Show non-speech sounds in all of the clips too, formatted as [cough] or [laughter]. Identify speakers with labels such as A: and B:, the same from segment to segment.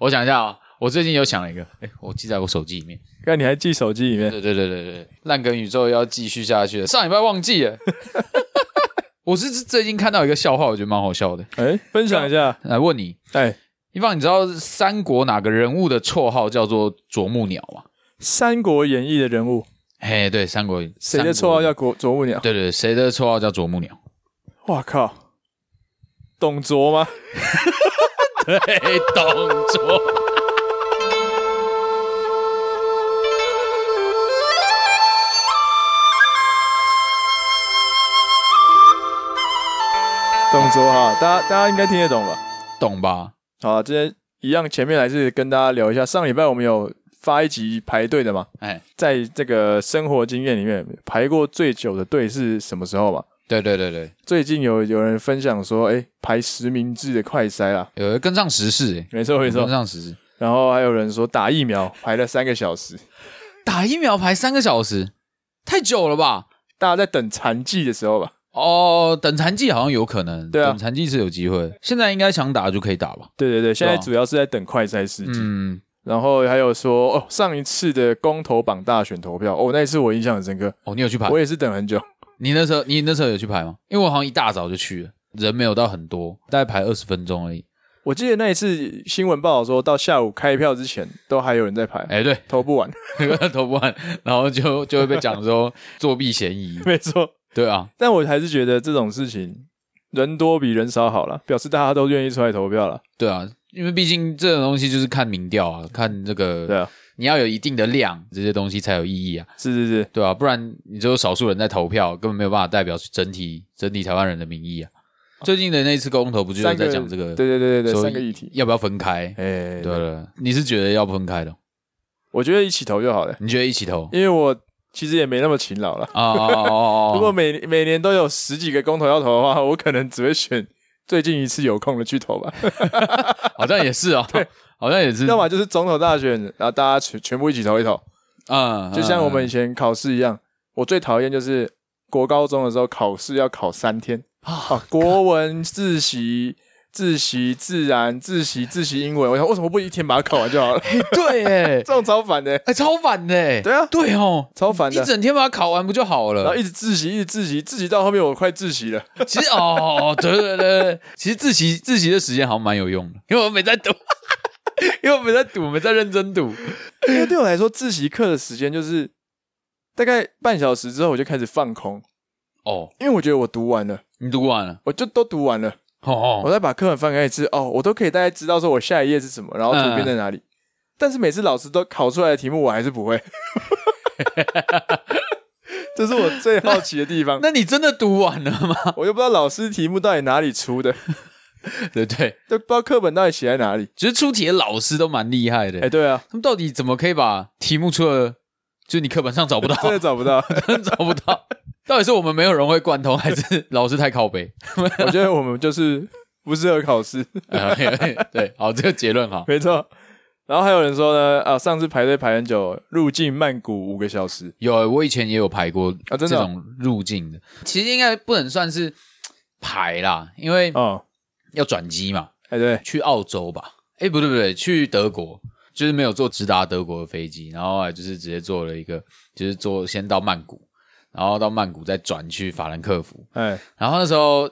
A: 我想一下啊、我最近有想了一个，哎，我记在我手机里面。
B: 看你还记手机里面，
A: 对对对对对，烂梗宇宙要继续下去了。上礼拜忘记了， [laughs] 我是最近看到一个笑话，我觉得蛮好笑的，
B: 哎，分享一下，
A: 来问你。
B: 哎，
A: 一方，你知道三国哪个人物的绰号叫做啄木鸟吗？
B: 《三国演义》的人物，
A: 嘿，对，三国
B: 谁的绰号？
A: 三
B: 叫
A: 国
B: 国啄木鸟？
A: 对对对，谁的绰号叫啄木鸟？ [laughs]
B: 哇靠，董卓吗？
A: 对，董卓。
B: 董卓哈，大家大家应该听得懂吧？
A: 懂吧？
B: 好啊，今天一样，前面还是跟大家聊一下，上礼拜我们有发一集排队的嘛，
A: 哎，
B: 在这个生活经验里面排过最久的队是什么时候嘛？
A: 对对对对，
B: 最近有有人分享说，哎、排实名制的快筛啊，
A: 有人跟上时事、哎
B: 没错没错
A: 跟。上时事，
B: 然后还有人说打疫苗排了三个小时，
A: 打疫苗排三个小时，太久了吧？
B: 大家在等残剂的时候吧？
A: 哦，等残疾好像有可能，
B: 对啊
A: 等残疾是有机会，现在应该想打就可以打吧？
B: 对对对，现在
A: 对啊
B: 主要是在等快筛试剂。
A: 嗯，
B: 然后还有说，哦，上一次的公投榜大选投票，哦，那一次我印象很深刻，
A: 哦，你有去排
B: 我？也是等很久。
A: 你那时候你那时候有去排吗？因为我好像一大早就去了，人没有到很多，大概排二十分钟而已。
B: 我记得那一次新闻报道说到下午开票之前，都还有人在排，
A: 哎、对， [laughs]
B: 投不完。 [laughs]
A: 投不完，然后就就会被讲说 [laughs] 作弊嫌疑。
B: 没错，
A: 对啊，
B: 但我还是觉得这种事情人多比人少好了，表示大家都愿意出来投票了。
A: 对啊，因为毕竟这种东西就是看民调啊，看这个，
B: 对啊，
A: 你要有一定的量，这些东西才有意义啊，
B: 是是是，
A: 对啊，不然你只有少数人在投票，根本没有办法代表整体整体台湾人的民意啊。最近的那一次公投不就是
B: 三
A: 在
B: 个
A: 讲这个，
B: 对对对对对，
A: 所以
B: 三个议题。
A: 要不要分开？
B: 哎，
A: 对啊了，你是觉得要分开的？
B: 我觉得一起投就好了，
A: 你觉得一起
B: [laughs]
A: 投？
B: 因为我其实也没那么勤劳了。
A: 啊哦哦哦
B: 如
A: 哦
B: 果每每年都有十几个公投要投的话，我可能只会选最近一次有空的去投
A: [laughs]
B: 吧。
A: 哦，好像也是哦，好像也是，
B: 要么就是总统大选，然后大家全全部一起投一投，
A: 嗯，
B: 就像我们
A: 嗯
B: 以前考试一样。我最讨厌就是国高中的时候考试要考三天，
A: 啊
B: 啊，国文自习、自习自然、自习自习英文，我想为什么不一天把它考完
A: [laughs]
B: 就好了？
A: 对哎
B: [laughs] 这种超烦的，
A: 哎，超烦的哎，
B: 对啊
A: 对哦，
B: 超烦
A: 一
B: 的。
A: 整天把它考完不就好
B: 然后
A: 了？
B: 一直自习，一直自习，自习到后面我快自习了。
A: 其实哦，对对对对，其实自习自习的时间好像蛮有用的，因为我没在读， [laughs] 因为我没在读，我没在认真读。
B: [laughs] 因为对我来说，自习课的时间就是大概半小时之后，我就开始放空，
A: 哦，
B: 因为我觉得我读完了，
A: 你读完了
B: 我就都读完了，
A: 哦
B: 我再把课本翻开一次，哦，我都可以大概知道说我下一页是什么，然后图
A: 嗯
B: 片在哪里。但是每次老师都考出来的题目，我还是
A: [laughs]
B: 不会。这是我最好奇的地方
A: 哦，。那你真的读完了吗？
B: 我又不知道老师题目到底哪里出的，
A: [laughs] 对对，
B: 都不知道课本到底写在哪里。
A: 其实出题的老师都蛮厉害的
B: 哎、，对啊，
A: 他们到底怎么可以把题目出了，就你课本上找 [laughs] 不到，
B: 真的找不到。
A: 真的找不到，到底是我们没有融会贯通，还 [laughs] 是老师太靠北？
B: 我觉得我们就是不适合考试，
A: 哎 [laughs] 对，好，这个结论好。
B: 没错。然后还有人说呢，啊，上次排队排很久，入境曼谷五个小时，
A: 有欸，我以前也有排过
B: 啊
A: 这
B: 真的哦
A: 种入境的，其实应该不能算是排啦，因为
B: 哦，
A: 要转机嘛，
B: 哎、对，
A: 去澳洲吧？哎，不对不对，去德国，就是没有坐直达德国的飞机，然后后来就是直接坐了一个，就是坐先到曼谷，然后到曼谷再转去法兰克福，
B: 哎，
A: 然后那时候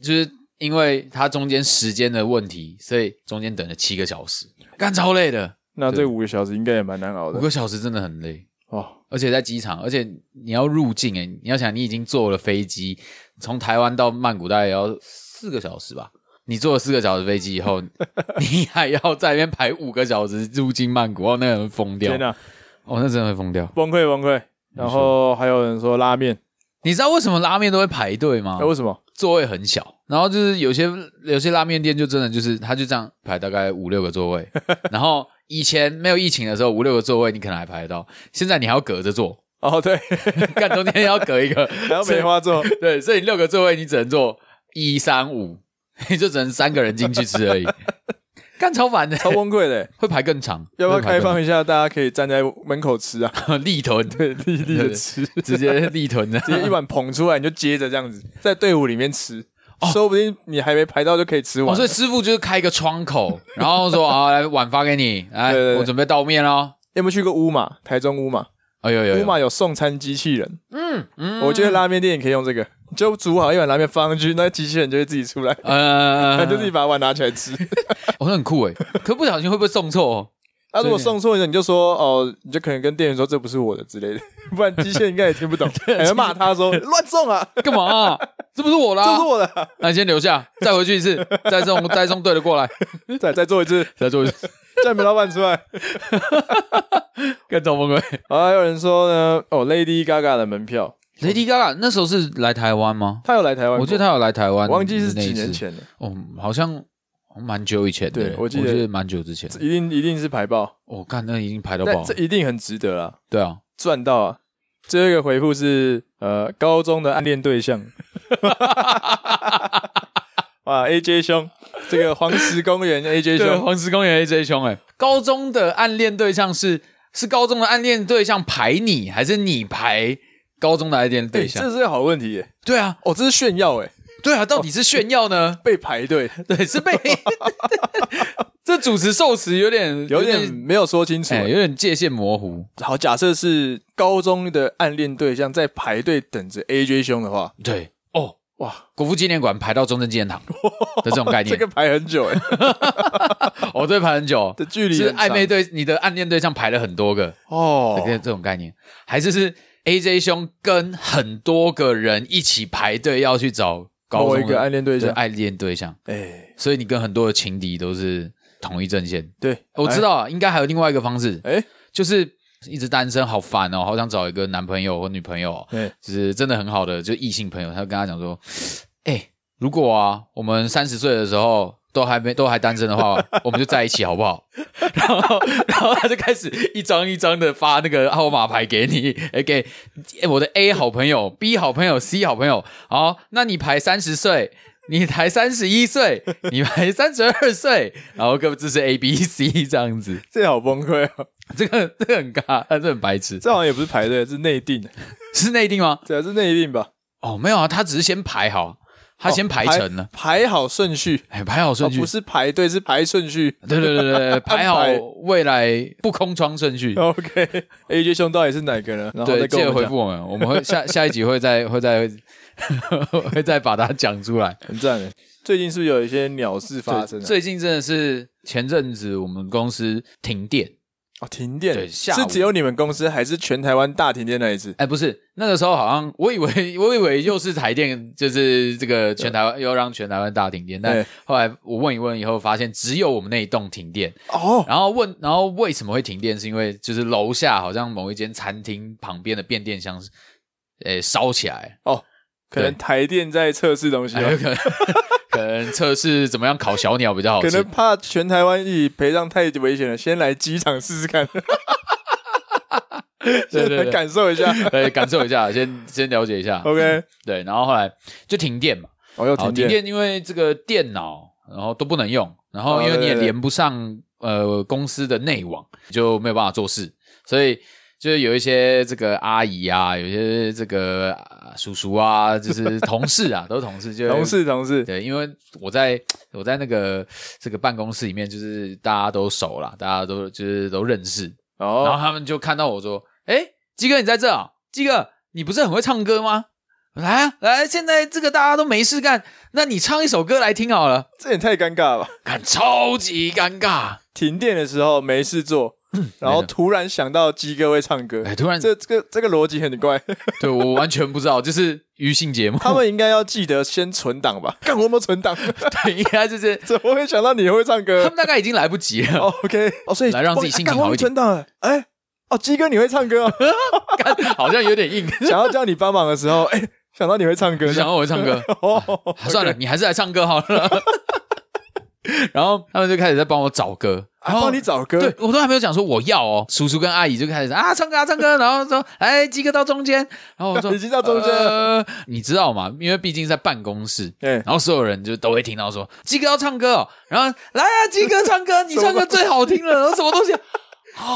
A: 就是因为它中间时间的问题，所以中间等了七个小时，干超累的，
B: 那
A: 对
B: 这五个小时应该也蛮难熬
A: 五
B: 的
A: 个小时真的很累。
B: 哦。
A: 而且在机场，而且你要入境诶、你要想你已经坐了飞机，从台湾到曼谷大概也要四个小时吧。你坐了四个小时飞机以
B: [laughs]
A: 后，你还要在那边排五个小时入境曼谷，哦，那个人会疯掉
B: 天，哪、
A: 哦，那真的会疯掉。
B: 崩溃崩溃。然后还有人说拉面，
A: 你知道为什么拉面都会排队吗
B: 哎、？为什么？
A: 座位很小，然后就是有些有些拉面店就真的就是他就这样排大概五六个座
B: [laughs]
A: 位，然后以前没有疫情的时候五六个座位你可能还排得到，现在你还要隔着
B: [laughs]
A: 坐，
B: 哦，
A: [laughs]
B: 对，
A: 干中间要隔一个，
B: 还有梅
A: [laughs]
B: 花座，
A: 对，所以六个座位你只能坐一三五，你就只能三个人进去吃而已。干超烦的，
B: 超崩溃的、
A: 会排更长。
B: 要不要
A: 会排
B: 开
A: 更
B: 放一下？大家可以站在门口吃啊，
A: 长立臀？对，
B: 立立的吃，
A: 直接立臀的。
B: 直接一碗捧出来，你就接着这样子在队伍里面吃。说不定你还没排到就可以吃
A: 哦，
B: 完
A: 所
B: 了。
A: 以师傅就是开一个窗口，然后说啊，来碗发给你，来
B: 对对，对
A: 我准备倒面喽。
B: 有没有去过乌马？台中乌马，
A: 哎呦呦
B: 乌
A: 呦，
B: 马有送餐机器人，
A: 嗯嗯，
B: 我觉得拉面店也可以用这个，就煮好一碗拉面放上去，那机器人就会自己出来，
A: 呃
B: 它 [laughs] 就自己把碗拿起来吃。
A: 我说很酷哎，可不小心会不会送错哦？
B: 那如果送错了，你就说哦，你就可能跟店员说这不是我的之类的， [laughs] 不然机器人应该也听不懂，
A: [laughs]
B: 还要骂他说乱送啊，
A: 干嘛啊？这不是我
B: 这是
A: 啦，
B: 我的啊，
A: [laughs] 那你先留下，再回去一次，再送再送对的过来，
B: 再再做一次，
A: 再做一次，
B: 叫你们老板出
A: [laughs]
B: 来。
A: 更招崩溃。
B: 啊，还有人说呢，哦，Lady Gaga 的门票，
A: [laughs] Lady Gaga 那时候是来台湾吗？
B: 他有来台湾过，
A: 我记得她有来台湾，
B: 我忘记是几
A: 那一
B: 年
A: 次
B: 前了，
A: 哦，好像蛮久以前的，
B: 对
A: 我
B: 我记得
A: 蛮久之前的。
B: 一定一定是排爆，
A: 我看那已经排到爆
B: 但
A: 了
B: 这，一定很值得啦，
A: 对啊，
B: 赚到啊！最后一个回复是呃，高中的暗恋对象。 [laughs] 哇，AJ 兄，这个黄石公园 AJ
A: 对，啊
B: 兄，
A: 黄石公园 AJ 兄，哎，高中的暗恋对象是是高中的暗恋对象排你，还是你排高中的暗恋
B: 哎、
A: 对象？
B: 这是个好问题耶！
A: 对啊，
B: 哦，这是哦炫耀哎，
A: 对啊，到底是炫耀呢？
B: 被排队
A: 对，是
B: [laughs]
A: 被这主持受词有点
B: 有点没有说清楚
A: 哎、
B: 耶。
A: 有点界限模糊。
B: 好，假设是高中的暗恋对象在排队等着 AJ 兄的话，
A: 对，哦，
B: 哇，
A: 国父纪念馆排到中正纪念堂的这种概
B: [laughs] 这
A: 念
B: 个，排很久哎，
A: 哦，对，排很久
B: 的。距离
A: 是
B: 很长
A: 暧昧对你的暗恋对象排了很多个，
B: 哦
A: 这，个这种概念，还是是 AJ 兄跟很多个人一起排队要去找高
B: 某
A: 中
B: 一
A: 的
B: 个暗恋对象，
A: 爱恋对象，
B: 哎，
A: 所以你跟很多的情敌都是同一阵线。
B: 对，
A: 我知道啊，应该还有另外一个方式，
B: 哎，
A: 就是一直单身，好烦哦，好想找一个男朋友或女朋友哦，
B: 哎，哎，
A: 就是真的很好的，就异性朋友，他就跟他讲说，哎、如果啊，我们三十岁的时候。都还没都还单身的话，我们就在一起好不好？ [laughs] 然后然后他就开始一张一张的发那个号码牌给你，哎给哎我的 A 好朋友、B 好朋友、C 好朋友，好，那你排三十岁，你排三十一岁，你排三十二岁，然后各自是 A、B、C 这样子，
B: 这好崩溃哦，
A: 这个这个很尬，这很白痴，
B: 这好像也不是排队，是内定，
A: 是内定吗？
B: 对啊，是内定吧？
A: 哦，没有啊，他只是先排好，他先排成了，
B: 哦排好顺序，
A: 哎、排好
B: 哦
A: 顺序，
B: 不是排队，是排
A: [laughs]
B: 顺序。
A: 对对对对，
B: [laughs]
A: 排好
B: 排
A: 未来不空窗顺序。
B: OK，AJ 兄到底是哪个呢？然后
A: 对，
B: 再
A: 记
B: 跟
A: 得
B: 我们
A: 回
B: 讲
A: 复，我们，我们会
B: [laughs]
A: 下下一集会再会再会再把它讲出来。
B: 很赞耶。最近是不是有一些鸟事 [laughs] 发生
A: 对
B: 啊？
A: 最近真的是前阵子我们公司停电，
B: 哦，停电
A: 对下午
B: 是只有你们公司，还是全台湾大停电那一次？
A: 哎，不是那个时候好像我以为 [laughs] 我以为又是台电，就是这个全台湾
B: 嗯
A: 又让全台湾大停电，但
B: 对
A: 后来我问一问以后发现只有我们那一栋停电，
B: 哦，
A: 然后问，然后为什么会停电？是因为就是楼下好像某一间餐厅旁边的变电箱，呃，烧起来，
B: 可能台电在测试东西吧
A: 哎有，可能可能测试怎么样烤小鸟比较好
B: 啊可
A: 吃
B: 能。怕全台湾一起赔上太危险了，先来机场试
A: [laughs]
B: 试看，
A: 对
B: 先
A: 对
B: 来
A: 对
B: 感受一下。
A: 对，感受一下，先先了解一
B: [laughs]
A: 下。
B: OK，
A: 对，然后后来就停电嘛，
B: 哦，要
A: 好
B: 停电，
A: 电，因为这个电脑然后都不能用，然后
B: 哦
A: 因为
B: 对
A: 你也
B: 对对
A: 连不上呃公司的内网，就没有办法做事，所以就是有一些这个阿姨啊，有一些这个、啊叔叔啊，就是同事啊，都是同事，就
B: [laughs] 同。事同事，
A: 对，因为我在我在那个这个办公室里面，就是大家都熟啦，大家都就是都认识，然后
B: 哦，
A: 他们就看到我说：“哎，鸡哥你在这啊？鸡哥，你不是很会唱歌吗？来啊，来，现在这个大家都没事干，那你唱一首歌来听好了。
B: 这也太尴尬了吧。”
A: 看，超级尴尬。
B: 停电的时候没事做，然后突然想到鸡哥会唱歌，
A: 嗯哎，突然，
B: 这这个这个逻辑很
A: [laughs]
B: 怪。
A: 对我完全不知道，就是余兴节目，
B: 他们应该要记得先存档
A: [laughs]
B: 吧？干我有没有存档？
A: 对，应该就是
B: [laughs] 怎么会想到你会唱
A: 他
B: 歌
A: 们大概已经来不及了。
B: 哦？OK，哦，所以
A: 来让自己
B: 忘
A: 心情
B: 干
A: 好一
B: 忘记存档了，哎。哦，鸡哥你会
A: [laughs]
B: 唱歌哦！
A: 干好像有点
B: [laughs]
A: 硬，
B: 想要叫你帮忙的时候，哎，想到你会唱歌，
A: 想要我唱歌。
B: [laughs] 哦，
A: 算了，你还是来唱歌好了。然后他们就开始在帮我找歌， [laughs] 然
B: 还
A: 后
B: 帮你找歌，
A: 对我都还没有讲说我要哦，叔叔跟阿姨就开始啊唱歌啊唱歌，然后说哎鸡哥到中间，然后我说
B: 已经到中间
A: 呃，你知道吗？因为毕竟在办公室，
B: 哎，
A: 然后所有人就都会听到说鸡哥要唱歌哦，然后来啊鸡哥唱
B: [laughs]
A: 歌，你唱歌最好听了，然后什么东西啊？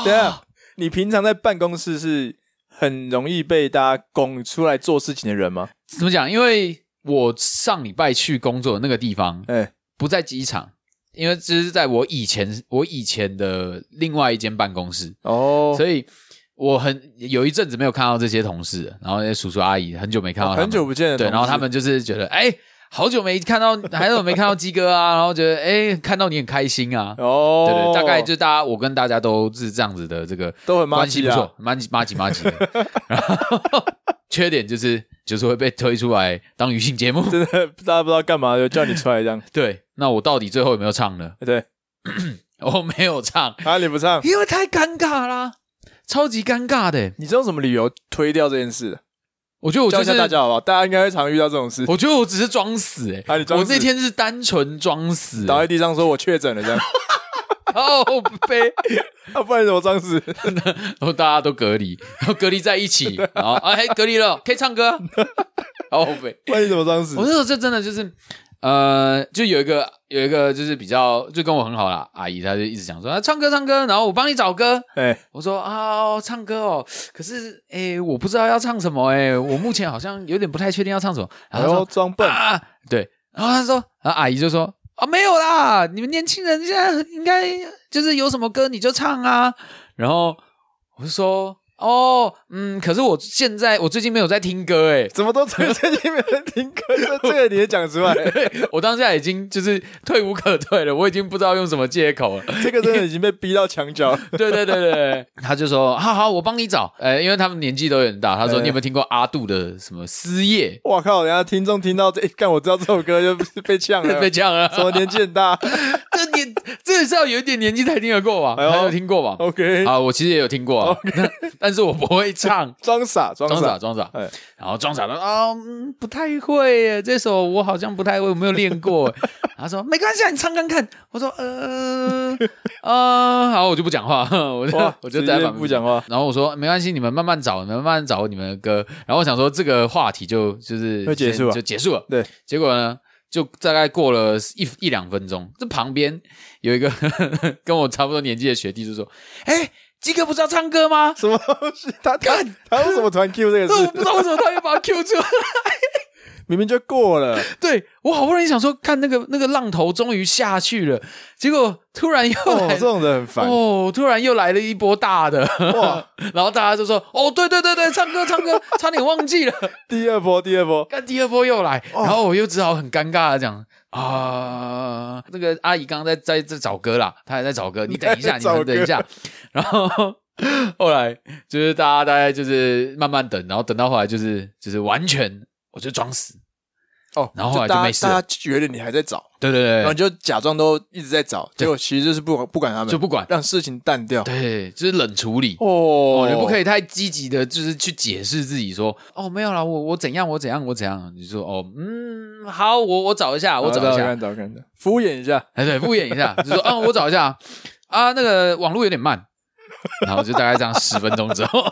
B: 对啊，你平常在办公室是很容易被大家拱出来做事情的人吗？
A: 怎么讲？因为我上礼拜去工作的那个地方
B: 哎
A: 不在机场，因为这是在我以前我以前的另外一间办公室，
B: 哦，
A: 所以我很有一阵子没有看到这些同事了，然后那些叔叔阿姨很久没看到哦他们，
B: 哦很久不见的同事，
A: 对，然后他们就是觉得，哎、好久没看到，还有没看到鸡哥啊，然后觉得，哎、看到你很开心啊。
B: 哦，
A: 对对，大概就大家，我跟大家都是这样子的，这个
B: 都很麻
A: 关系
B: 吉
A: 不
B: 啊
A: 错，蛮吉蛮吉蛮吉的。然后缺点就是就是会被推出来当娱性节目。
B: 真的大家不知道干嘛，就叫你出来这样。 [laughs]
A: 对，那我到底最后有没有唱呢？
B: 对，
A: 我没有唱，
B: 啊，你不唱，
A: 因为太尴尬啦，超级尴尬的。
B: 你知道什么理由推掉这件事的？
A: 我觉得我
B: 教
A: 就
B: 一下
A: 是
B: 大家好不好？大家应该会常遇到这种事，
A: 我觉得我只是装死哎、
B: 啊你装死
A: 我那天是单纯装死、欸
B: 倒在地上说我确诊了
A: [laughs]
B: 这样，
A: 哦呗，
B: 啊，不然怎么
A: [laughs]
B: 装死？
A: 然后大家都隔离，然后隔离在一起，然后啊嘿隔离了，可以唱歌啊，哦
B: [laughs]
A: 呗。
B: 不然你怎么装死
A: 我？那时候就真的就是，呃，就有一个有一个就是比较就跟我很好啦阿姨，她就一直讲说啊唱歌唱歌，然后我帮你找歌。
B: 哎，
A: 我说啊、哦唱歌哦，可是诶我不知道要唱什么诶我目前好像有点不太确定要唱什么。然
B: 然
A: 后她说
B: 后装笨，
A: 啊，对。然后他说，然后阿姨就说啊，没有啦，你们年轻人现在应该就是有什么歌你就唱啊。然后我就说，哦，嗯，可是我现在我最近没有在听歌哎诶
B: 怎么都最最近没人听歌，这这个你也讲出来，
A: [laughs] [laughs] 我当下已经就是退无可退了，我已经不知道用什么借口
B: [laughs]
A: 了。
B: 这个真的已经被逼到墙角。
A: 对对对对对，他就说好好，我帮你找。呃，因为他们年纪都有点大，他说
B: 对
A: 你有没有听过阿杜的什么《思夜
B: 我靠，人家听众听到这，哎干我知道这首歌就被呛》
A: [laughs]
B: 了
A: 被，这样了？啊
B: 什么年纪很大
A: 这年这是要有一点年纪才听得过吧？
B: 哎呦
A: 还有听过吧？
B: ？OK，，
A: 啊，我其实也有听过、啊，但但是我不会唱
B: 装傻，装
A: 装傻
B: 傻，
A: 装傻
B: 哎，
A: 然后装傻的啊、嗯不太会耶，这首我好像不太会，我没有练过。 [laughs] 他说没关系，啊，你唱看看。我说呃呃，好，我就不讲话， [laughs] 我就
B: 哇，
A: 我就在
B: 直接
A: 反
B: 不讲。话，
A: 然后我说没关系，你们慢慢找，你们慢慢找你们的歌。然后我想说这个话题就就是
B: 会结束
A: 先
B: 啊
A: 就结束了。
B: 对，
A: 结果呢，就大概过了一一两分钟，这旁边有一个 [laughs] 跟我差不多年纪的学弟就说：“哎，鸡哥不是要唱歌
B: [laughs]
A: 吗？
B: 什么东西？ [laughs] 他他他为什么突然 Q 这个
A: 那我
B: 事 [laughs]
A: 不？知道为什么他要把他 Q 出来。
B: 明明就过 [laughs] 了，
A: 对我好不容易想说看那个那个浪头终于下去了，结果突然又
B: 哦，
A: 来
B: 这种人很烦。
A: 哦，突然又来了一波大的， [laughs]
B: 哇，
A: 然后大家就说：哦，对对对对，唱歌唱歌，差点忘记了。”
B: 第二波，第二波，
A: 干第二波又来，
B: 哦
A: 然后我又只好很尴尬的讲啊，那个阿姨刚刚在在在找歌啦，她还在找
B: [laughs]
A: 歌，你等一下，
B: 还在
A: 你
B: 找歌
A: 们等一下，然后。 [laughs] 后来就是大家大概就是慢慢等，然后等到后来就是就是完全，我就装死。
B: 哦，
A: 然后后来
B: 大
A: 就
B: 家
A: 没事了
B: 大家觉得你还在找，
A: 对对
B: 然后
A: 对
B: 你就假装都一直在找，
A: 对
B: 结果其实就是不管不管他
A: 对，
B: 们，
A: 就不管，
B: 让事情淡掉。
A: 对，就是冷处理。
B: 哦
A: 哦，你不可
B: 以，
A: 以太积极的，就是去解释自己说，哦，没有啦，我我怎样，我怎样，我怎样。你说，哦，嗯，好，我我找一下，我
B: 好
A: 找一
B: 找
A: 下，
B: 看，找看，敷衍一下。
A: 哎，对，敷衍一下，就说啊，我找一下啊，那个网络有点慢，然后就大概这样十分钟之后，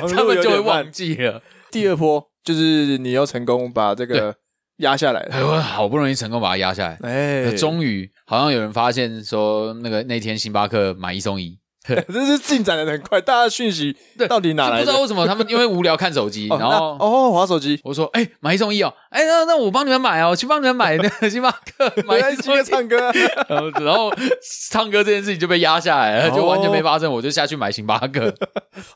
A: 他
B: 他
A: 们就会忘。记了。
B: 第二波就是你又成功把这个压下来了，
A: 哎，我好不容易成功把它压下来，
B: 哎，
A: 终于好像有人发现说，那个那天星巴克买一送一，
B: 这是进展的很快，大家的讯息
A: 对
B: 到底
A: 就
B: 哪
A: 不
B: 来
A: 知
B: 的？
A: 道为什么他们因为无聊看手机，
B: 哦
A: 然
B: 那
A: 后。
B: 哦，滑手机，
A: 我说，哎、买一送一哦，哎、那那我帮你们买哦，去帮你们买那个星巴克 [laughs] 买
B: [laughs] 原来
A: 一
B: 是
A: 送一
B: 在，
A: [laughs]
B: 唱歌啊，
A: 然后然后唱歌这件事情就被压下来了，就完全没发生，我就下去买星巴克，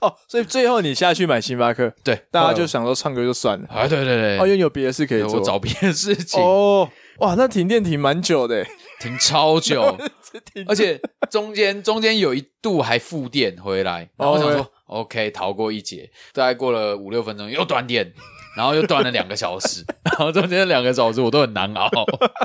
B: 哦，所以最后你下去买星巴克，
A: 对，
B: 大家就想说唱歌就算了，
A: 啊，对对对，
B: 哦，因为有别的事可以
A: 对
B: 做。
A: 我找别的事情，
B: 哦，哇，那停电停蛮久的欸，
A: 停超
B: [laughs]
A: 久，
B: 这停
A: [laughs] 而且中间中间有一度还复电回来，然后我想说、
B: 哦
A: OK 逃过一劫，大概过了五六分钟又断电，然后又断了两个小
B: [laughs]
A: 时，然后中间两个小时我都很难熬。 [laughs]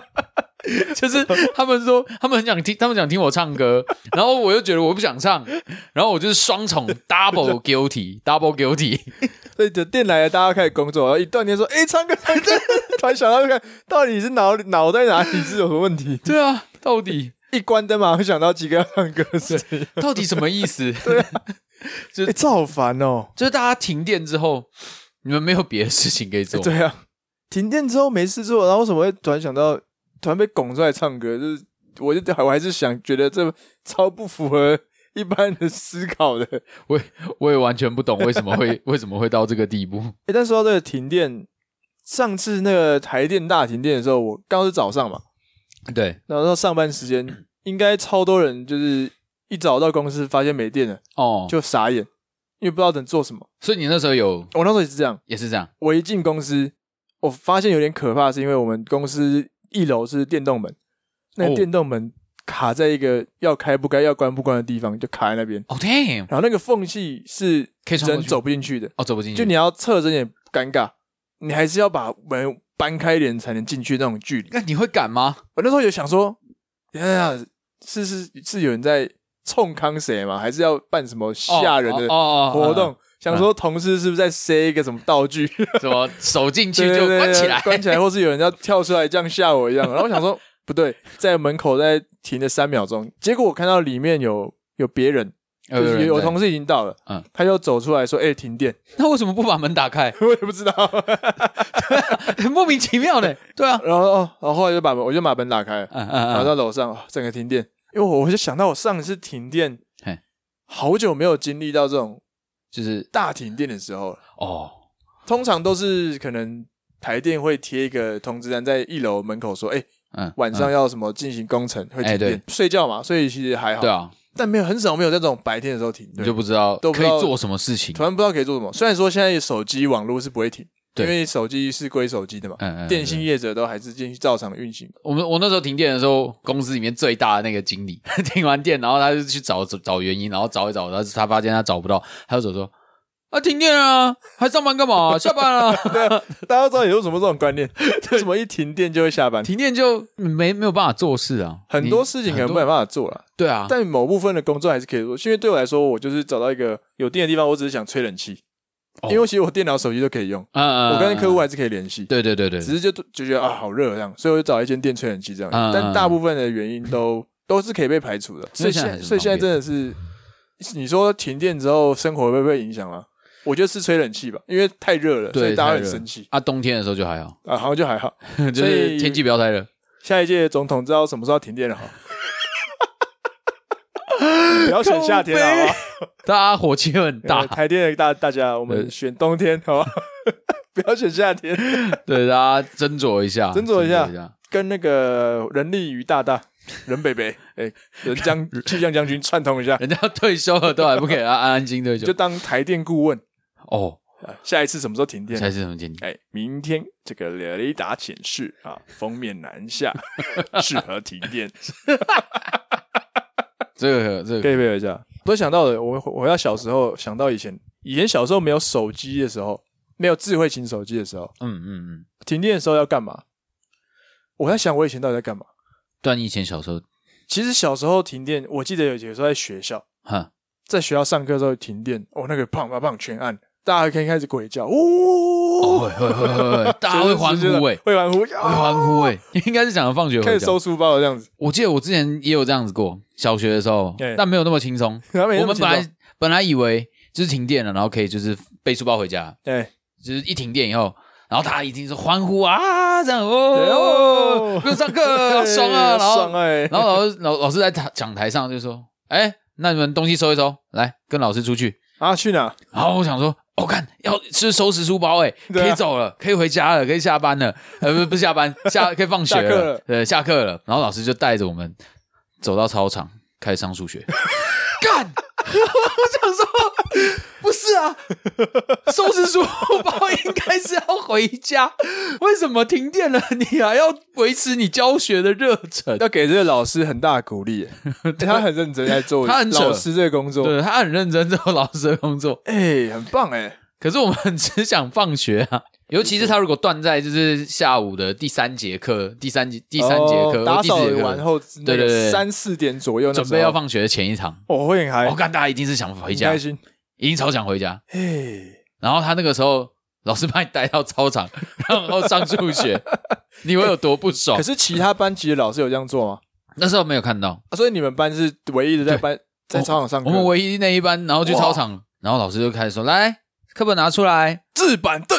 A: 就是他们说，他们很想听，他们想听我唱歌，然后我又觉得我不想唱，然后我就是双重 double guilty，double
B: [laughs]
A: guilty， [laughs]
B: 所以等电来了，大家开始工作，然后一
A: [laughs]
B: 断电说：“哎、唱歌，唱歌。” [laughs] 突然想到看，到底是脑脑袋哪里是有什么问题？
A: 对啊，到底
B: 一关灯马上想到几个要唱歌的事
A: [laughs]
B: 情，
A: 到底什么意
B: [laughs]
A: 思？
B: 哎、这好烦哦、
A: 就是大家停电之后，你们没有别的事情可以做，
B: 对啊，停电之后没事做，然后为什么会突然想到，突然被拱出来唱歌？就是我就我还是想觉得这超不符合一般的思考的。哎、 [laughs]
A: 我也完全不懂为什么会为什么会到这个地步。
B: 但说到这个停电，上次那个台电大停电的时候，我刚好是早上嘛，
A: 对，
B: 然后上班时 [coughs] 间应该超多人，就是一早到公司发现没电了
A: 哦，
B: 就傻眼，因为不知道能做什么。
A: 所以你那时候有
B: 我那时候也是这样，
A: 也是这样，
B: 我一进公司，我发现有点可怕，是因为我们公司一楼是电动门，那
A: 哦
B: 个电动门卡在一个要开不开、要关不关的地方，就卡在那边。
A: 哦、damn，
B: 然后那个缝隙是
A: 可以穿
B: 人
A: 过去
B: 走不进去的，
A: 哦走不进去，
B: 就你要侧身也尴尬，你还是要把门搬开一点才能进去那种距离。
A: 那你会敢吗？
B: 我那时候有想说，等一下等一下是是是有人在冲康谁吗？还是要办什么
A: 哦
B: 吓人的
A: 哦哦哦
B: 活
A: 嗯
B: 动？想说同事是不是在塞一个什么道具？
A: 嗯什么手进去
B: 对对
A: 就
B: 对
A: 关起来，
B: [laughs] 关起来，或是有人要跳出来这样吓我一样。 [laughs] 然后我想说不对，在门口再停了三秒钟，结果我看到里面有有别人，
A: 哦有
B: 就是有有
A: 同
B: 同事已经到了，
A: 嗯
B: 他就走出来说：“哎、停电。” [laughs]
A: 那为什么不把门打开？ [laughs]
B: 我也不知道。
A: 莫名其妙的，对啊，
B: 然后哦，然后后来就把门，我就把门打开了，
A: 嗯
B: 然后
A: 嗯嗯，
B: 到楼上，哦整个停电。因为我我就想到我上一次停电
A: 嘿，
B: 好久没有经历到这种
A: 就是
B: 大停电的时候了。
A: 哦，
B: 通常都是可能台电会贴一个通知单在一楼门口说，哎、
A: 嗯，
B: 晚上要什么进行工程会
A: 哎
B: 停
A: 对
B: 电，睡觉嘛，所以其实还
A: 嗯
B: 好。
A: 对啊，
B: 但没有很少没有在这种白天的时候停
A: 你
B: 电，
A: 就不知道
B: 都不
A: 可
B: 知道
A: 以做什么事情，
B: 突然不知道可以做什么。虽然说现在手机网络是不会停，因
A: 对
B: 为手机是归手机的嘛，
A: 嗯嗯，
B: 电信业者都还是继续照常运行。
A: 我们我那时候停电的时候，公司里面最大的那个经理 [laughs] 停完电，然后他就去找找原因，然后找一找，然后他发现他找不到，他就走说：“啊，停电啊，还上班干嘛？啊下班了、
B: 大家都知道有什么这种
A: [laughs]
B: 观念？为什么一停电就会下班？
A: 停电就没没有办法做事啊，
B: 很多事情可能
A: 很
B: 没
A: 多
B: 办法做了，
A: 对啊，
B: 但某部分的工作还是可以做。因为对我来说，我就是找到一个有电的地方，我只是想吹冷气，
A: 哦
B: 因为其实我电脑、手机都可以用，
A: 嗯嗯，
B: 我跟客
A: 户
B: 户还是可以联系。
A: 对对对对，
B: 只是就就觉得啊好热这样，所以我就找一间电吹冷气这样。
A: 嗯
B: 但大部分的原因都
A: [laughs]
B: 都是可以被排除的，
A: 因
B: 所以
A: 为
B: 现
A: 现在
B: 在
A: 很
B: 所以现在
A: 方便
B: 真的是，你说停电之后生活会不会被影响吗？我觉得是吹冷气吧，因为太热了，
A: 对
B: 所以大家
A: 太
B: 很
A: 热
B: 生气
A: 啊，冬天的时候就还好，
B: 啊，好像就还好。
A: 就
B: 所以
A: 是天气不要太热。
B: 下一届总统知道什么时候要停电了
A: [laughs]
B: 哈，不要选夏天好不好？
A: 大家火气会很
B: 呃
A: 大，
B: 台电的大大家，我们
A: 对
B: 选冬天好 [laughs] 吧？不要选夏天，
A: 对大家斟酌一下，
B: 斟酌一下
A: 一下。
B: 跟那个人力与大 [laughs] 大、人北北、哎、人 [laughs] 将气象将军串通一下，
A: 人家退休了都还不给他安安静退
B: 就
A: 休，
B: 当台电顾问。
A: 哦，
B: 啊下一次什么时候停电？
A: 才是什么天气？
B: 哎，明天这个雷达显示啊，封面南 [laughs] 下，适合停 [laughs] 电。
A: 这个这个
B: 可以配合一下。我想到的，我回我回到小时候，想到以前，以前小时候没有手机的时候，没有智慧型手机的时候，
A: 嗯嗯嗯，
B: 停电的时候要干嘛？我在想，我以前到底在干嘛？
A: 段以前小时候，
B: 其实小时候停电，我记得有有时候在学校，
A: 哈，
B: 在学校上课的时候停电，哦，那个砰砰砰全按，大家可以开始鬼叫，呜、
A: 哦，会会会会会， [laughs] 大家会欢呼哎、
B: 会欢呼，会
A: 会欢呼哎、 [laughs] 应该是想要放学
B: 开
A: 回
B: 始
A: 家。
B: 收书包了这样子。
A: 我记得我之前也有这样子过，小学的时候
B: 哎，
A: 但没有那么轻松。
B: 然后每
A: 我
B: 天
A: 们
B: 都
A: 本
B: 停
A: 来本来以为就是停电了，然后可以就是背书包回家，
B: 电哎，
A: 就是一停电以后。然后大家一定是欢呼啊，这样哦
B: 哦，
A: 不用上 [laughs] 课，爽啊！然后
B: 爽哎，
A: 然后老师老老师在台讲台上就说：“哎，那你们东西收一收，来跟老师出去。
B: 啊去哪？”
A: 然后我想说：“我、看要是收拾书包、欸，哎，
B: 对啊
A: 可以走了，可以回家了，可以下班了，呃，不不是下
B: [laughs]
A: 班，下可以放学
B: 下课了
A: 对，下课了。”然后老师就带着我们走到操场开始上数学，干。我想说，不是啊，收拾书包应该是要回家，为什么停电了你还要维持你教学的热忱？
B: 要给这个老师很大的鼓励耶，
A: [laughs]
B: 他很认真在做
A: 他很扯
B: 老师这个工作，
A: 对他很认真做老师的工作，
B: 哎、很棒哎，
A: 可是我们只想放学啊。尤其是他如果断在就是下午的第三节课、第三节第三节课、或
B: 哦打
A: 第
B: 扫
A: 四节
B: 完
A: 课，
B: 后，
A: 对对对
B: 三四点左右那时候哦哎
A: 准备要，放学的前一场，
B: 我会很嗨，
A: 我看大家一定是想回
B: 很
A: 家
B: 开，心，
A: 一定超想回家。
B: 哎、
A: 然后他那个时候，老师把你带到操场， [laughs] 然后上数学，你会有多不爽
B: 哎可？是其他班级的老师有这样做吗？
A: 那时候没有看到，
B: 啊所以你们班是唯一的在班在操场上课，
A: 我们唯一那一班，然后去操场，然后老师就开始说：“来，课本拿出来，
B: 置板凳，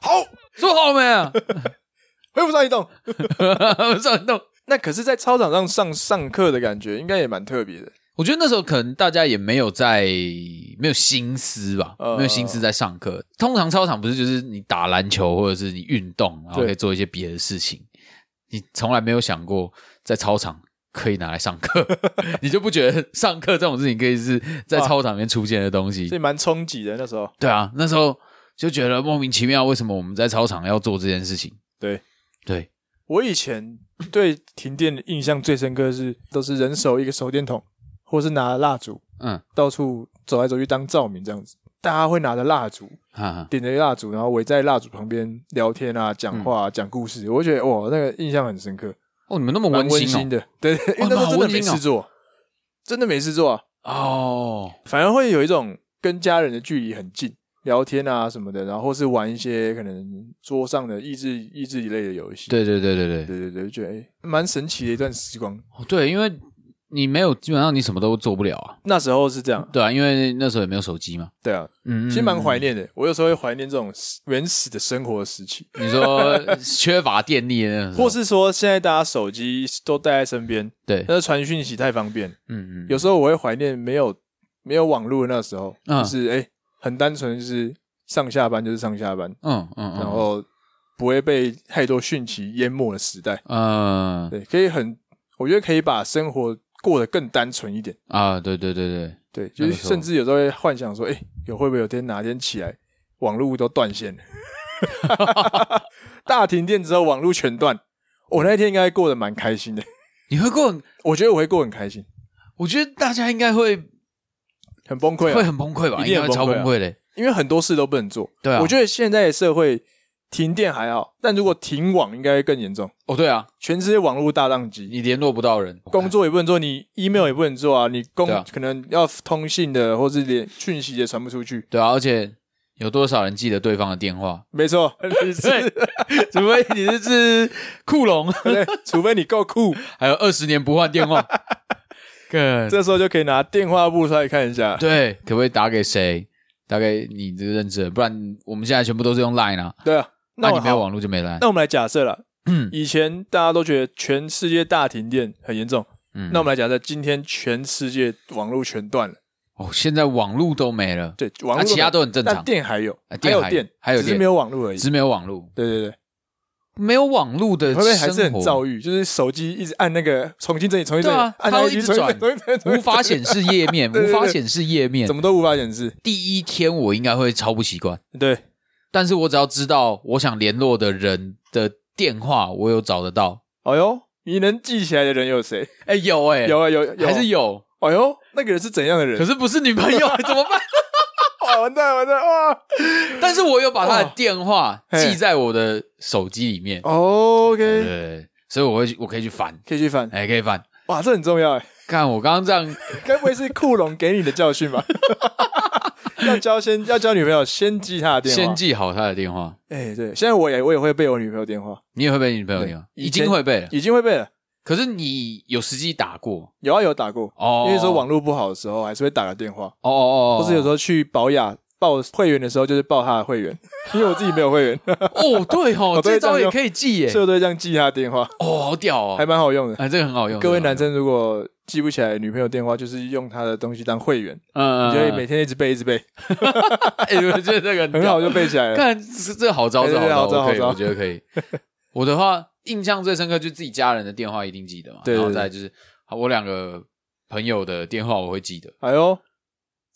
B: 好，
A: 坐好没啊 [laughs] 有？
B: 恢复上移动。
A: 上动。”
B: 那可是，在操场上上上课的感觉，应该也蛮特别的。
A: 我觉得那时候可能大家也没有在没有心思吧，
B: 嗯
A: 没有心思在上课。通常操场不是就是你打篮球或者是你运动，然后
B: 对
A: 可以做一些别的事情，你从来没有想过在操场。可以拿来上课，你就不觉得上课这种事情可以是在
B: 哇
A: 操场里面出现的东西？
B: 所以蛮冲击的那时候。
A: 对啊，那时候就觉得莫名其妙，为什么我们在操场要做这件事情？
B: 对
A: 对，
B: 我以前对停电的印象最深刻是，都是人手一个手电筒，或是拿蜡烛
A: 嗯，
B: 到处走来走去当照明这样子。大家会拿着蜡烛，
A: 哈哈，
B: 点着蜡烛，然后围在蜡烛旁边聊天啊、讲
A: 嗯
B: 话、啊、讲故事。我觉得哇，那个印象很深刻，
A: 哦，你们那么
B: 蛮
A: 温
B: 温
A: 馨
B: 馨的。对，对因为那时候真的没事
A: 哦
B: 做，真的没事做啊，
A: 哦，哦，
B: 反而会有一种跟家人的距离很近，聊天啊什么的，然后或是玩一些可能桌上的益智、益智一类的游戏。
A: 对对对对对，
B: 对对对，就觉得诶蛮神奇的一段时光。
A: 哦对，因为你没有，基本上你什么都做不了啊，
B: 那时候是这样，
A: 对啊，因为那时候也没有手机嘛，
B: 对啊，
A: 嗯，
B: 其实蛮怀
A: 念。
B: 念的。我有时候会怀念这种原始的生活时期，
A: 你说缺乏电力的那种，
B: 或是说现在大家手机都带在身边，
A: 对，
B: 但是传讯息太方便。
A: 嗯嗯，
B: 有时候我会怀念没有没有网络的那时候，
A: 嗯
B: 就是哎、诶很单纯，就是上下班就是上下班，
A: 嗯嗯，嗯
B: 然后不会被太多讯息淹没的时代。
A: 嗯
B: 对，可以很，我觉得可以把生活过得更单纯一点。
A: 啊，对对对对，
B: 对，
A: 那
B: 就
A: 个
B: 是
A: 时候
B: 甚至有时候会幻想说，哎、有会不会有天哪天起来，网络都断
A: [laughs]
B: 线了， [laughs] 大停电之后网络全断。我那一天应该过得蛮开心的，
A: 你会过，
B: 我觉得我会过得很开心，
A: 我觉得大家应该会
B: 很崩溃、
A: 会
B: 啊，
A: 很崩溃吧，
B: 一
A: 应
B: 定
A: 该
B: 很
A: 会超
B: 崩
A: 崩
B: 溃啊
A: 溃的，
B: 因为很多事都不能做。
A: 对啊
B: 我觉得现在的社会停电还好，但如果停网应该更严重，
A: 哦，对啊，
B: 全世界网络大宕机，
A: 你联络不到人，
B: 工作也不能做，你 email 也不能做啊，你工、
A: 嗯对啊
B: 可能要通信的，或是连讯息也传不出去。？
A: 对啊，而且有多少人记得对方的电话 [laughs]
B: 没错，
A: 对，除非你是 [laughs] 只酷龙，
B: [laughs] 对除非你够酷，
A: 还有二十年不换电话， [laughs] 干
B: 这时候就可以拿电话簿出来看一 [laughs] 下。
A: 对，可不可以打给谁？打给你这个认识的，不然我们现在全部都是用 Line 啊，
B: 对啊，
A: 那
B: 我
A: 你没有
B: 好
A: 网络就没 Line
B: 那。我们来假设了，
A: 嗯
B: 以前大家都觉得全世界大停电很严重，
A: 嗯
B: 那我们来假设今天全世界网络全断了，
A: 哦，现在网络都没了，
B: 对，网
A: 那
B: 络
A: 啊其他都很正
B: 但
A: 常，
B: 电还有，
A: 啊
B: 还
A: 电
B: 有
A: 还
B: 电，
A: 还有
B: 只是
A: 电
B: 没有网络而已
A: 只。是没有网络，
B: 对对对，
A: 没有网络的
B: 会不会还是
A: 生
B: 很躁
A: 活，
B: 郁？就是手机一直按那个重新整理，重新整
A: 对啊
B: 理，按
A: 它
B: 那
A: 会
B: 个
A: 一直
B: 重新整
A: 转
B: 理重新整理重新整理
A: 无法显示页面，
B: [laughs] 对
A: 无
B: 对
A: 法
B: 对
A: 显示页面
B: 怎。么都无法显示。
A: 第一天我应该会超不习惯。
B: 对，
A: 但是我只要知道我想联络的人的电话，我有找得到。
B: 哎呦，你能记起来的人有谁？
A: 哎、有哎、
B: 有啊，有有，
A: 还是有，
B: 哎呦，那个人是怎样的人
A: 可？是不是女朋友 [laughs] 怎么
B: [laughs]
A: 办？
B: 哇，完蛋完蛋哇
A: 但是我有把
B: 哦
A: 他的电话
B: 哇
A: 记在我的手机里面，对
B: ！OK，
A: 所以我会去我可以去翻， [laughs]
B: 可以去翻。
A: 哎、可以翻。
B: 哇，这很重要哎，
A: 看我刚刚这样，
B: 该不会是库龙给你的教训吧？ [laughs] 要交先要交女朋友，先记她的电话。
A: 先。记好他的电话，
B: 哎，对，现在我也我也会背我女朋友电话，
A: 你也会被女朋友电话，
B: 对
A: 已经会被了。
B: 已经会背了。
A: 可是你有实际打过
B: 有啊，有打过，
A: 哦，
B: 因为说网络不好的时候，还是会打个电话，
A: 哦哦哦，
B: 或是有时候去保雅报会员的时候，就是报她
A: [laughs]
B: 的会员，因为我自己没有会员，
A: 哦对哦，
B: [laughs]
A: 这
B: 我都会这样
A: 招也
B: 用
A: 可以记耶
B: 所以，我都会这样记她的电话，
A: 哦好屌
B: 还
A: 哦，
B: 蛮好用的。
A: 哎这个很好用，
B: 各位
A: 这个很好用
B: 男生如果记不起来女朋友电话，就是用她的东西当会员，
A: 嗯，
B: 你就会
A: 嗯
B: 每天一直背一直背，
A: [laughs] 哎，我觉得这个
B: [laughs] 很好，就背起来了。
A: 看这这好招，
B: 对
A: 这
B: 对
A: 好招，我
B: 好招
A: 可以，
B: 好招
A: 我觉得可以。 [laughs] 我的话，印象最深刻就是自己家人的电话一定记得嘛，
B: 对对
A: 然后
B: 对
A: 再就是好我两个朋友的电话我会记得，
B: 哎呦，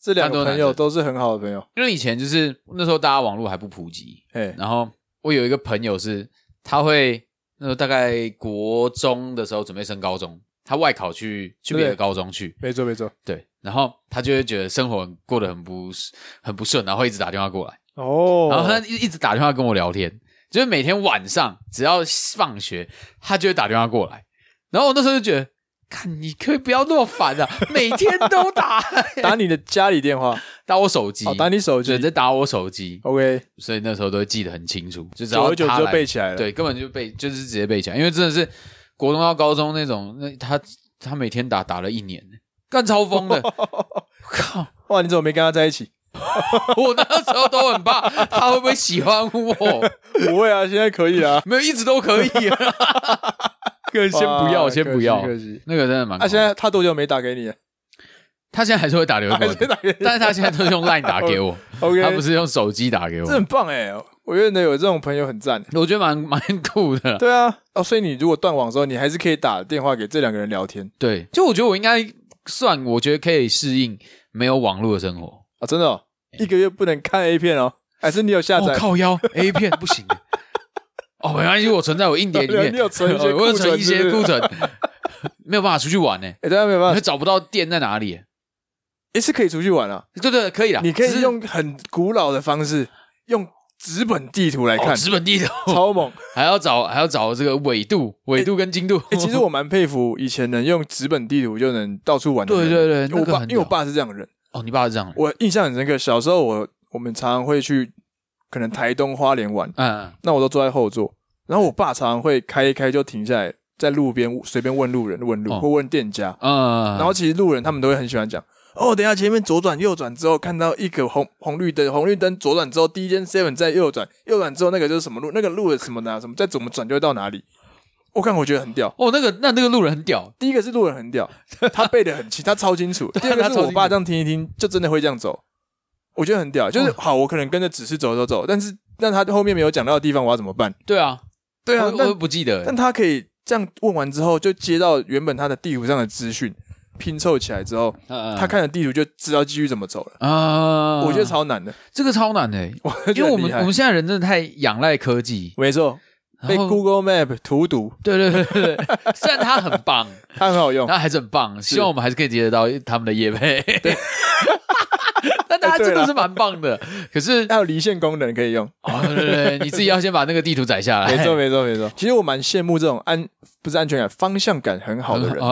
B: 这两
A: 看多
B: 个
A: 男
B: 朋友
A: 生
B: 都是很好的朋友。
A: 因为以前就是那时候大家网络还不普及，
B: 哎，
A: 然后我有一个朋友是他会那时候大概国中的时候准备升高中，他外考去去别的
B: 对
A: 高中去，
B: 没错没错。
A: 对，然后他就会觉得生活很过得很不很不顺，然后会一直打电话过来。
B: 哦，
A: 然后他一一直打电话跟我聊天，就是每天晚上只要放学，他就会打电话过来。然后我那时候就觉得，看你可以不要那么烦啊，每天都打
B: [laughs] 打你的家里
A: [laughs]
B: 电话，
A: 打我手机，
B: 哦，打你手机
A: 对，在打我手机，
B: ，OK，
A: 所以那时候都会记得很清楚，就只
B: 久
A: 要
B: 而久
A: 他
B: 之就
A: 来，
B: 背起来了。，
A: 对，根本就背，就是直接背起来，因为真的是国中到高中那种，那他他每天打打了一年，干超疯
B: [laughs]
A: 的，靠！
B: 哇，你怎么没跟他在一起？
A: 我那时候都很怕他会不会喜欢我。
B: 不会啊，现在可以啊
A: [laughs] 。没有，一直都可以。啊
B: [laughs]
A: 可先不
B: 哇
A: 要，先不要
B: 可。惜可惜。
A: 那个真的蛮……
B: 啊，现在他多久没打给你了？
A: 他现在还是会打流
B: 还 [laughs]
A: 程
B: 是，打给
A: 但是他现在都是用 LINE 打
B: [laughs]
A: 给我，
B: OK，
A: 嗯他不是用手机打给
B: 这很
A: 我，
B: 棒哎、我觉得能有这种朋友很赞、
A: 我觉得蛮蛮酷的啦。
B: 对啊，哦，所以你如果断网的时候，你还是可以打电话给这两个人聊天
A: 对，就我觉得我应该算，我觉得可以适应没有网络的生活。
B: 啊、真的、哦，一个月不能看 A 片哦，还是你有下
A: 我、
B: 载？
A: 哎靠腰 A 片不行。欸哦，没关系，我存在我硬碟里面，
B: 你有存一些
A: 哦我有
B: 库存
A: 存一些
B: 是不
A: 库
B: 是
A: 存， [laughs] 没有办法出去玩呢、
B: 哎、大家没有
A: 你
B: 办
A: 会
B: 法，
A: 找不到店在哪里、欸
B: 也是可以出去玩啊，
A: 对对，可以啦，
B: 你
A: 只
B: 可以
A: 是哦
B: 用很古老的方式，用纸本地图来
A: 哦
B: 看，
A: 资本地图，
B: 超猛、
A: 还要找还要找这个纬度、纬度跟经度。
B: 哎，其实我蛮佩服以前能用纸本地图就能到处玩的
A: 对
B: 人。
A: 对对，那
B: 我
A: 个
B: 爸
A: 很
B: 因为我
A: 屌
B: 爸是这样的人，
A: 哦，你爸是这样的，
B: 我印象很深刻。小时候我我们常常会去可能台东花莲玩，
A: 嗯，嗯
B: 那我都坐在后座，然后我爸常常会开一开就停下来，在路边随便问路人问路、
A: 哦
B: 或问店家，
A: 嗯，
B: 然后其实路人他们都会很喜欢讲。哦，等一下前面左转右转之后，看到一个红红绿灯，红绿灯左转之后，第一间 seven 再右转，右转之后那个就是什么路，那个路的什么呢？什么再怎么转就会到哪里。我看我觉得很屌，
A: 哦，那个那那个路人很屌，
B: 第一个是路人很屌，他背的
A: [laughs]
B: 很清，他超清楚。第二个
A: 他超
B: 是我
A: 清
B: 爸
A: 楚
B: 这样听一听，就真的会这样走，我觉得很屌。就是
A: 哦
B: 好，我可能跟着指示走走走，但是但他后面没有讲到的地方，我要怎么办？
A: 对啊，
B: 对啊
A: 我，我
B: 但
A: 都不记得
B: 但
A: 欸，
B: 他可以这样问完之后，就接到原本他的地图上的资讯，拼凑起来之后，
A: 嗯
B: 他看了地图就知道继续怎么走了。
A: 啊，
B: 我觉得超难的，
A: 这个超难的欸，
B: 我觉得
A: 因为我们
B: 很厉害
A: 我们现在人真的太仰赖科技，
B: 没错，被
A: 然后
B: Google Map 荼毒，
A: 对对对对对，虽然它很棒，
B: 它很好用。
A: 它还是很棒，希望我们还是可以接得到他们的业配。 [laughs] 但它真的是蛮棒
B: 哎
A: 的，
B: 啊
A: 可是
B: 还有离线功能可以用，
A: 哦，对对对，你自己要先把那个地图载下来。
B: 没错没错没错。其实我蛮羡慕这种安不是安全感，方向感很
A: [laughs]
B: 好的人，
A: 人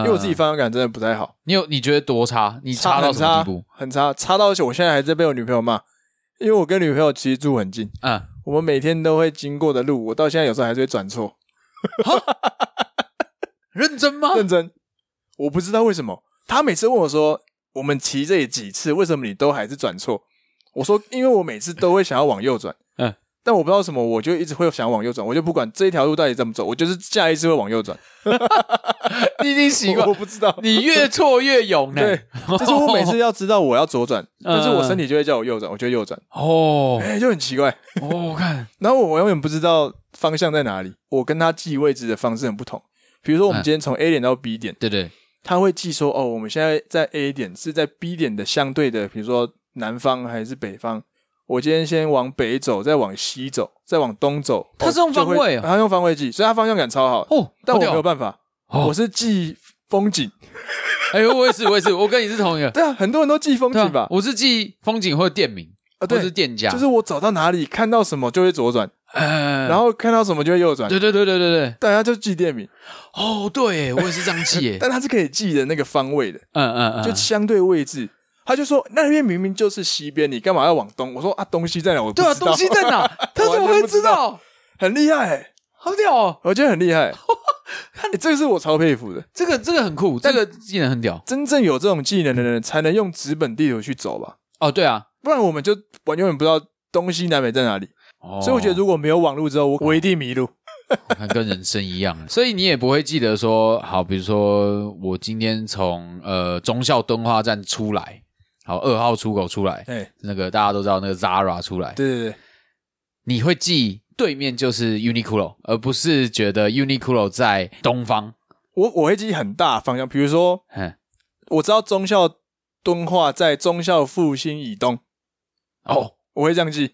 B: 因为我自己，方向感真的不太好，
A: 嗯你有你觉得多差？你差到
B: 很
A: 什么
B: 差
A: 地步？
B: 很差，差到我现在还在被我女朋友骂，因为我跟女朋友其实住很近，
A: 嗯，
B: 我们每天都会经过的路，我到现在有时候还是会转错，
A: 认真吗？
B: 认真，我不知道为什么，她每次问我说我们骑这里几次，为什么你都还是转错？我说因为我每次都会想要往右转，
A: 嗯，
B: 但我不知道为什么，我就一直会想往右转，我就不管这一条路到底怎么走，我就是下一次会往右转，
A: 你已经习
B: 我
A: 惯
B: [laughs] 我，不知道，
A: [laughs] 你越错越勇呢。
B: 对，就是我每次要知道我要左转，但是我
A: 嗯
B: 身体就会叫我右转，我就右转，
A: 哦
B: 哎、就很奇怪。
A: 哦，我看
B: 然后我永远不知道方向在哪里，我跟他记位置的方式很不同。比如说，我
A: 嗯
B: 们今天从 A 点到 B 点，
A: 对对
B: 他会记说，哦，我们现在在 A 点是在 B 点的相对的，比如说南方还是北方。我今天先往北走，再往西走，再往东走。
A: 他是用
B: 哦就会
A: 方位哦
B: 他用方位记，所以他方向感超好。
A: 哦，
B: 但
A: 好
B: 我没
A: 屌
B: 有办法，
A: 哦
B: 我是记风景。
A: 哎呦，我也是，我也是，我跟你是同一个。
B: [laughs] 对啊，很多人都记风
A: 对啊
B: 景吧？
A: 我是记风景或者店名，
B: 啊，
A: 或是
B: 对，
A: 店家，
B: 就是我走到哪里看到什么就会左转，
A: 呃，
B: 然后看到什么就会右转。
A: 嗯对对对对对对，
B: 大家就记店名，
A: 哦，对耶，我也是这样记
B: [laughs]
A: 耶，
B: 但它是可以记的那个方位的。
A: 嗯嗯嗯，
B: 就相对位置。他就说那边明明就是西边，你干嘛要往东？我说啊，东西在哪？我不
A: [laughs] 对啊，
B: 知道
A: 东西在 [laughs] 哪？他怎么会知道？
B: 很厉害、欸，
A: 好屌哦，
B: 我觉得很厉害、
A: [laughs]
B: 欸这个是我超佩服的。
A: 这个这个很酷，这个技能很屌
B: 真正有这种技能的人，才能用纸本地图去走吧，
A: 哦，对啊，
B: 不然我们就完永远不知道东西南北在哪里。
A: 哦
B: 所以我觉得如果没有网络之后，我我一定迷路。
A: 看跟人生一样， [laughs] 所以你也不会记得说，好，比如说我今天从呃忠孝敦化站出来，好二号出口出来，
B: 哎、
A: 那个大家都知道那个 Zara 出来，
B: 对对对，
A: 你会记对面就是 Uniqlo，而不是觉得 Uniqlo 在东方，
B: 我我会记很大的方向，比如说
A: 嗯，
B: 我知道中校敦化在中校复兴以东，
A: 哦，
B: 我会这样记。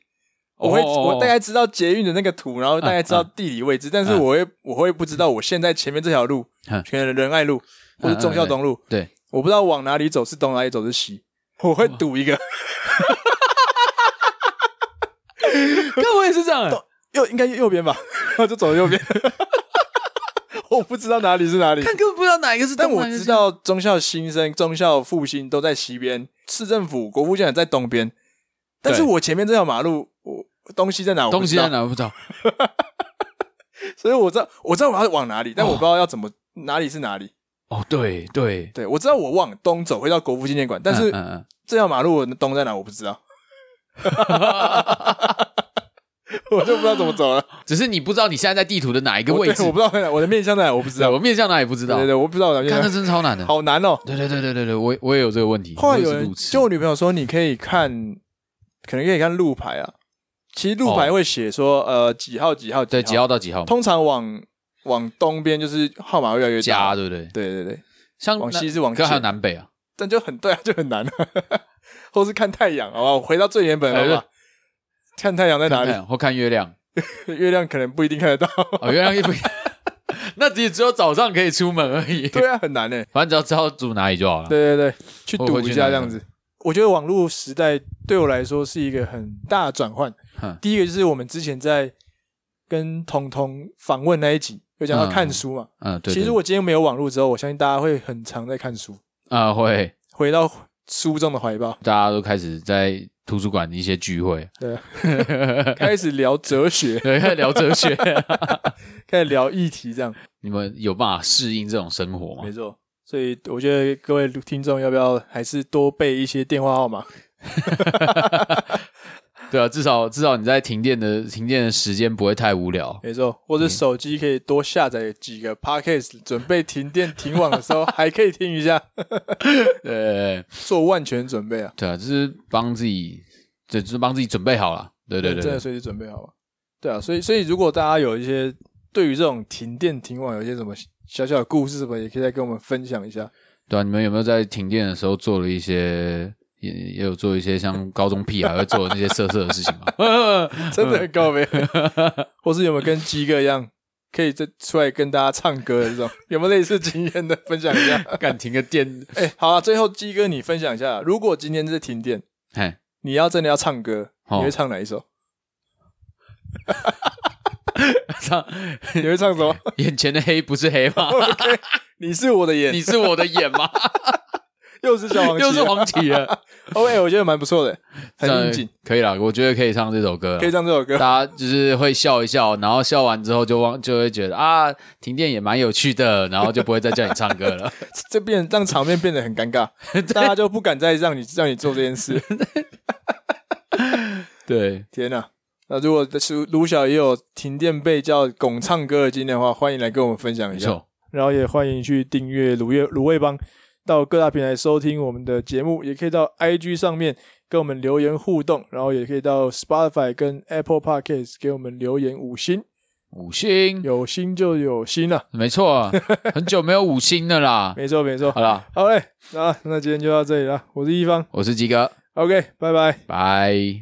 B: 我会
A: 哦哦哦
B: 我大概知道捷运的那个图，然后大概知道地理位置，但是我会我会不知道我现在前面这条路
A: 嗯，
B: 全仁爱路或是忠孝东路，
A: [laughs] 对，
B: 我不知道往哪里走是东哪里走是西，我会赌一个，
A: 但我也是这 [laughs] 样，欸
B: 右应该右边吧，我就走右边， [laughs] 我不知道哪里是哪里，
A: 看根本不知道哪一个是
B: 但
A: 东
B: 我
A: 哪一个
B: 知
A: 是
B: 道忠孝新生、忠孝复兴都在西边，市政府国父纪念馆在东边，但是
A: 对
B: 我前面这条马路，我东西在哪？我不
A: 东西
B: 知道
A: 在哪，我不知道。
B: 所以我知道我知道我要往哪里，但我不知道要怎么哪里是哪里。
A: 哦，对对，
B: 对，我知道我往东走会到国父纪念馆，但是
A: 嗯嗯
B: 这条马路的东在哪我不知道， [laughs] 我就不知道怎么走了。
A: 只是你不知道你现在在地图的哪一个
B: 我
A: 位
B: 对
A: 置
B: 我，不知道在哪，我的面向在哪，我不知
A: 对
B: 道。
A: 我面向哪也不知
B: 对
A: 道，
B: 对对，我不知道我的面
A: 看那
B: 向，
A: 真的超难的。
B: 好难哦。
A: 对对对对对对，我也我也有这个问题，
B: 后来
A: 我也
B: 有
A: 是
B: 人
A: 路痴
B: 就我女朋友说，你可以看，可能可以看路牌啊。其实路牌
A: 哦
B: 会写说，呃，几号几号
A: 对几，号到几号
B: 通常往往东边就是号码越来越
A: 加
B: 大。
A: 对不对？
B: 对对对，
A: 像
B: 往
A: 那
B: 西是往
A: 可还有
B: 南。
A: 南北啊，
B: 但就很对啊，就很难、啊， [laughs] 或是看太阳，好不好？回到最原本，
A: 哎
B: 好
A: [laughs]
B: 不好？看太阳在哪
A: 看
B: 里？
A: 看或看月亮
B: [laughs] 月亮可能不一定看
A: [laughs]
B: 得到。
A: 哦，月亮也不，那只只有早上可以出门而已。
B: 对啊，很难诶、
A: 反正只要知道住哪里就好了。
B: 对对对，去
A: 我
B: 赌
A: 回
B: 一
A: 去
B: 下
A: 拿
B: 这样子。我觉得网络时代对我来说是一个很大的转换
A: 嗯。
B: 第一个就是我们之前在跟彤彤访问那一集有讲到看书嘛。
A: 嗯，对。
B: 其实
A: 对
B: 我今天没有网络之后，我相信大家会很常在看书，
A: 啊会，
B: 回到书中的怀 [laughs] 抱，
A: 大家都开始在图书馆一些聚会，
B: 对啊，开始聊哲学， [laughs]
A: 对，开始聊哲学。
B: 开始聊议题这样。
A: 你们有办法适应这种生活吗
B: 没？错，所以我觉得各位听众要不要还是多背一些电话号码？
A: 对啊，至少至少你在停电的停电的时间不会太无聊。
B: 没错，或者手机可以多下载几个 podcast，准备停电停网的时 [laughs] 候还可以听一下，
A: 对啊
B: 做万全准备啊！
A: 对啊，就是帮自己，对，就是帮自己准备好了。对对对
B: 真的
A: 对，
B: 随时准备好啊。对啊，所以所以如果大家有一些对于这种停电停网有一些什么小小的故事什么，也可以再跟我们分享一下。
A: 对啊，你们有没有在停电的时候做了一些，也也有做一些 [laughs] 像高中屁孩会做的那些色色的事情吗？ [laughs]
B: 真的很高呗，或是有没有跟鸡哥一样，可以再出来跟大家唱歌的这种，有没有类似经验的分享一下？
A: 敢停个 [laughs] 电，
B: 哎、好啊，最后鸡哥你分享一下，如果今天是停电，
A: 嘿，
B: 你要真的要唱歌，
A: 哦
B: 你会唱哪一首？
A: 上
B: 你会唱什么？
A: 眼前的黑不是黑 [laughs] 吗？
B: 你是我的眼，
A: 你是我的眼吗？
B: 又是小黄，
A: 又是。黄绮了。 [laughs]
B: 哦，哎、我觉得蛮不错的，很应景，
A: 可以啦，我觉得可以唱这首歌啦
B: 可以唱这首 [laughs] 歌。
A: 大家就是会笑一笑，然后笑完之后就忘，就会觉得啊，停电也蛮有趣的，然后就不会再叫你唱歌了。
B: 这变让场面变得很尴
A: [laughs]
B: 尬，大家就不敢再让你让你做这件事。
A: 对，
B: 天哪、那如果是卢晓也有停电被叫拱唱歌的经验的话，欢迎来跟我们分享
A: 没
B: 一下。
A: 错，
B: 然后也欢迎去订阅卤味卤味帮，到各大平台收听我们的节目，也可以到 IG 上面跟我们留言互动，然后也可以到 Spotify 跟 Apple Podcast 给我们留言五星，
A: 五星，
B: 有心就有心了、
A: 没错，很久没有五星的啦。
B: [laughs] 没错没错。
A: 好啦，
B: 好嘞，那那今天就到这里了，我是一方
A: 我是鸡哥，
B: ，OK，拜拜。
A: 拜。